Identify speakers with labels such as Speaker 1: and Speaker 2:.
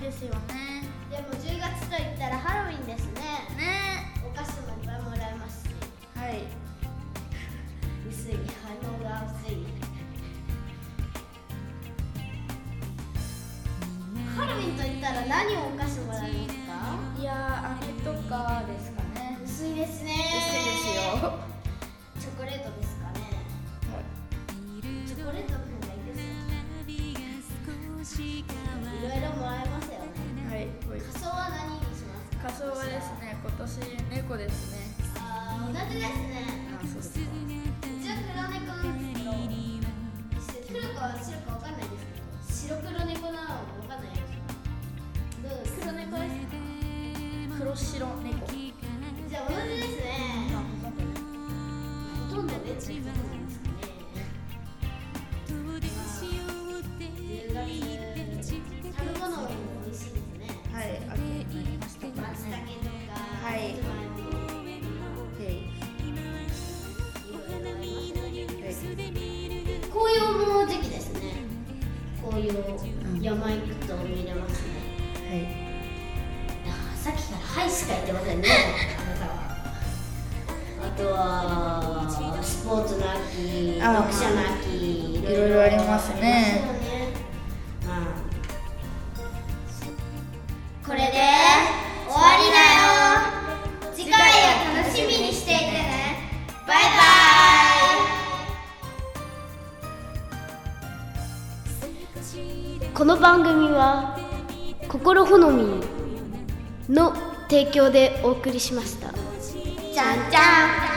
Speaker 1: ですよね
Speaker 2: でも10月といったらハロウィンですね
Speaker 1: ね
Speaker 2: お菓子もいっぱいもらえますし
Speaker 1: はい
Speaker 2: 薄い反応が薄いハロウィンといったら何をお菓子もらえますか
Speaker 1: いやー飴とかですかね
Speaker 2: 薄いですね
Speaker 1: 薄いですよ、は
Speaker 2: チョコレートですかねチョコレートの方がいいですよいろいろもらえますよね
Speaker 1: いはい
Speaker 2: 仮装は何にしますか
Speaker 1: 仮装はですね今年猫ですね
Speaker 2: あー同じですね
Speaker 1: あそうですか
Speaker 2: うちは黒猫なんですけど黒か白かわかんないですけど白黒猫なのわかんないですどうです黒猫ですか
Speaker 1: 黒白猫
Speaker 2: じゃあ同じですねほとんどねってことなんですかね10月食べ物も美味しいですね
Speaker 1: はいあと何ましたか
Speaker 2: 松茸とか
Speaker 1: はい
Speaker 2: さつまいも
Speaker 1: で
Speaker 2: いろいろありますね
Speaker 1: で
Speaker 2: 紅葉も時期ですね紅葉山行くと見れますね、
Speaker 1: はい
Speaker 2: さっきから「はい」しか言ってませんねあなたはあとはスポーツの秋
Speaker 1: あ
Speaker 2: 読者の秋
Speaker 1: いろいろありますね
Speaker 2: ありますよねうんこれで終わりだよ次回を楽しみにしていてねバイバイこの番組は心好みの提供でお送りしました。じゃんじゃん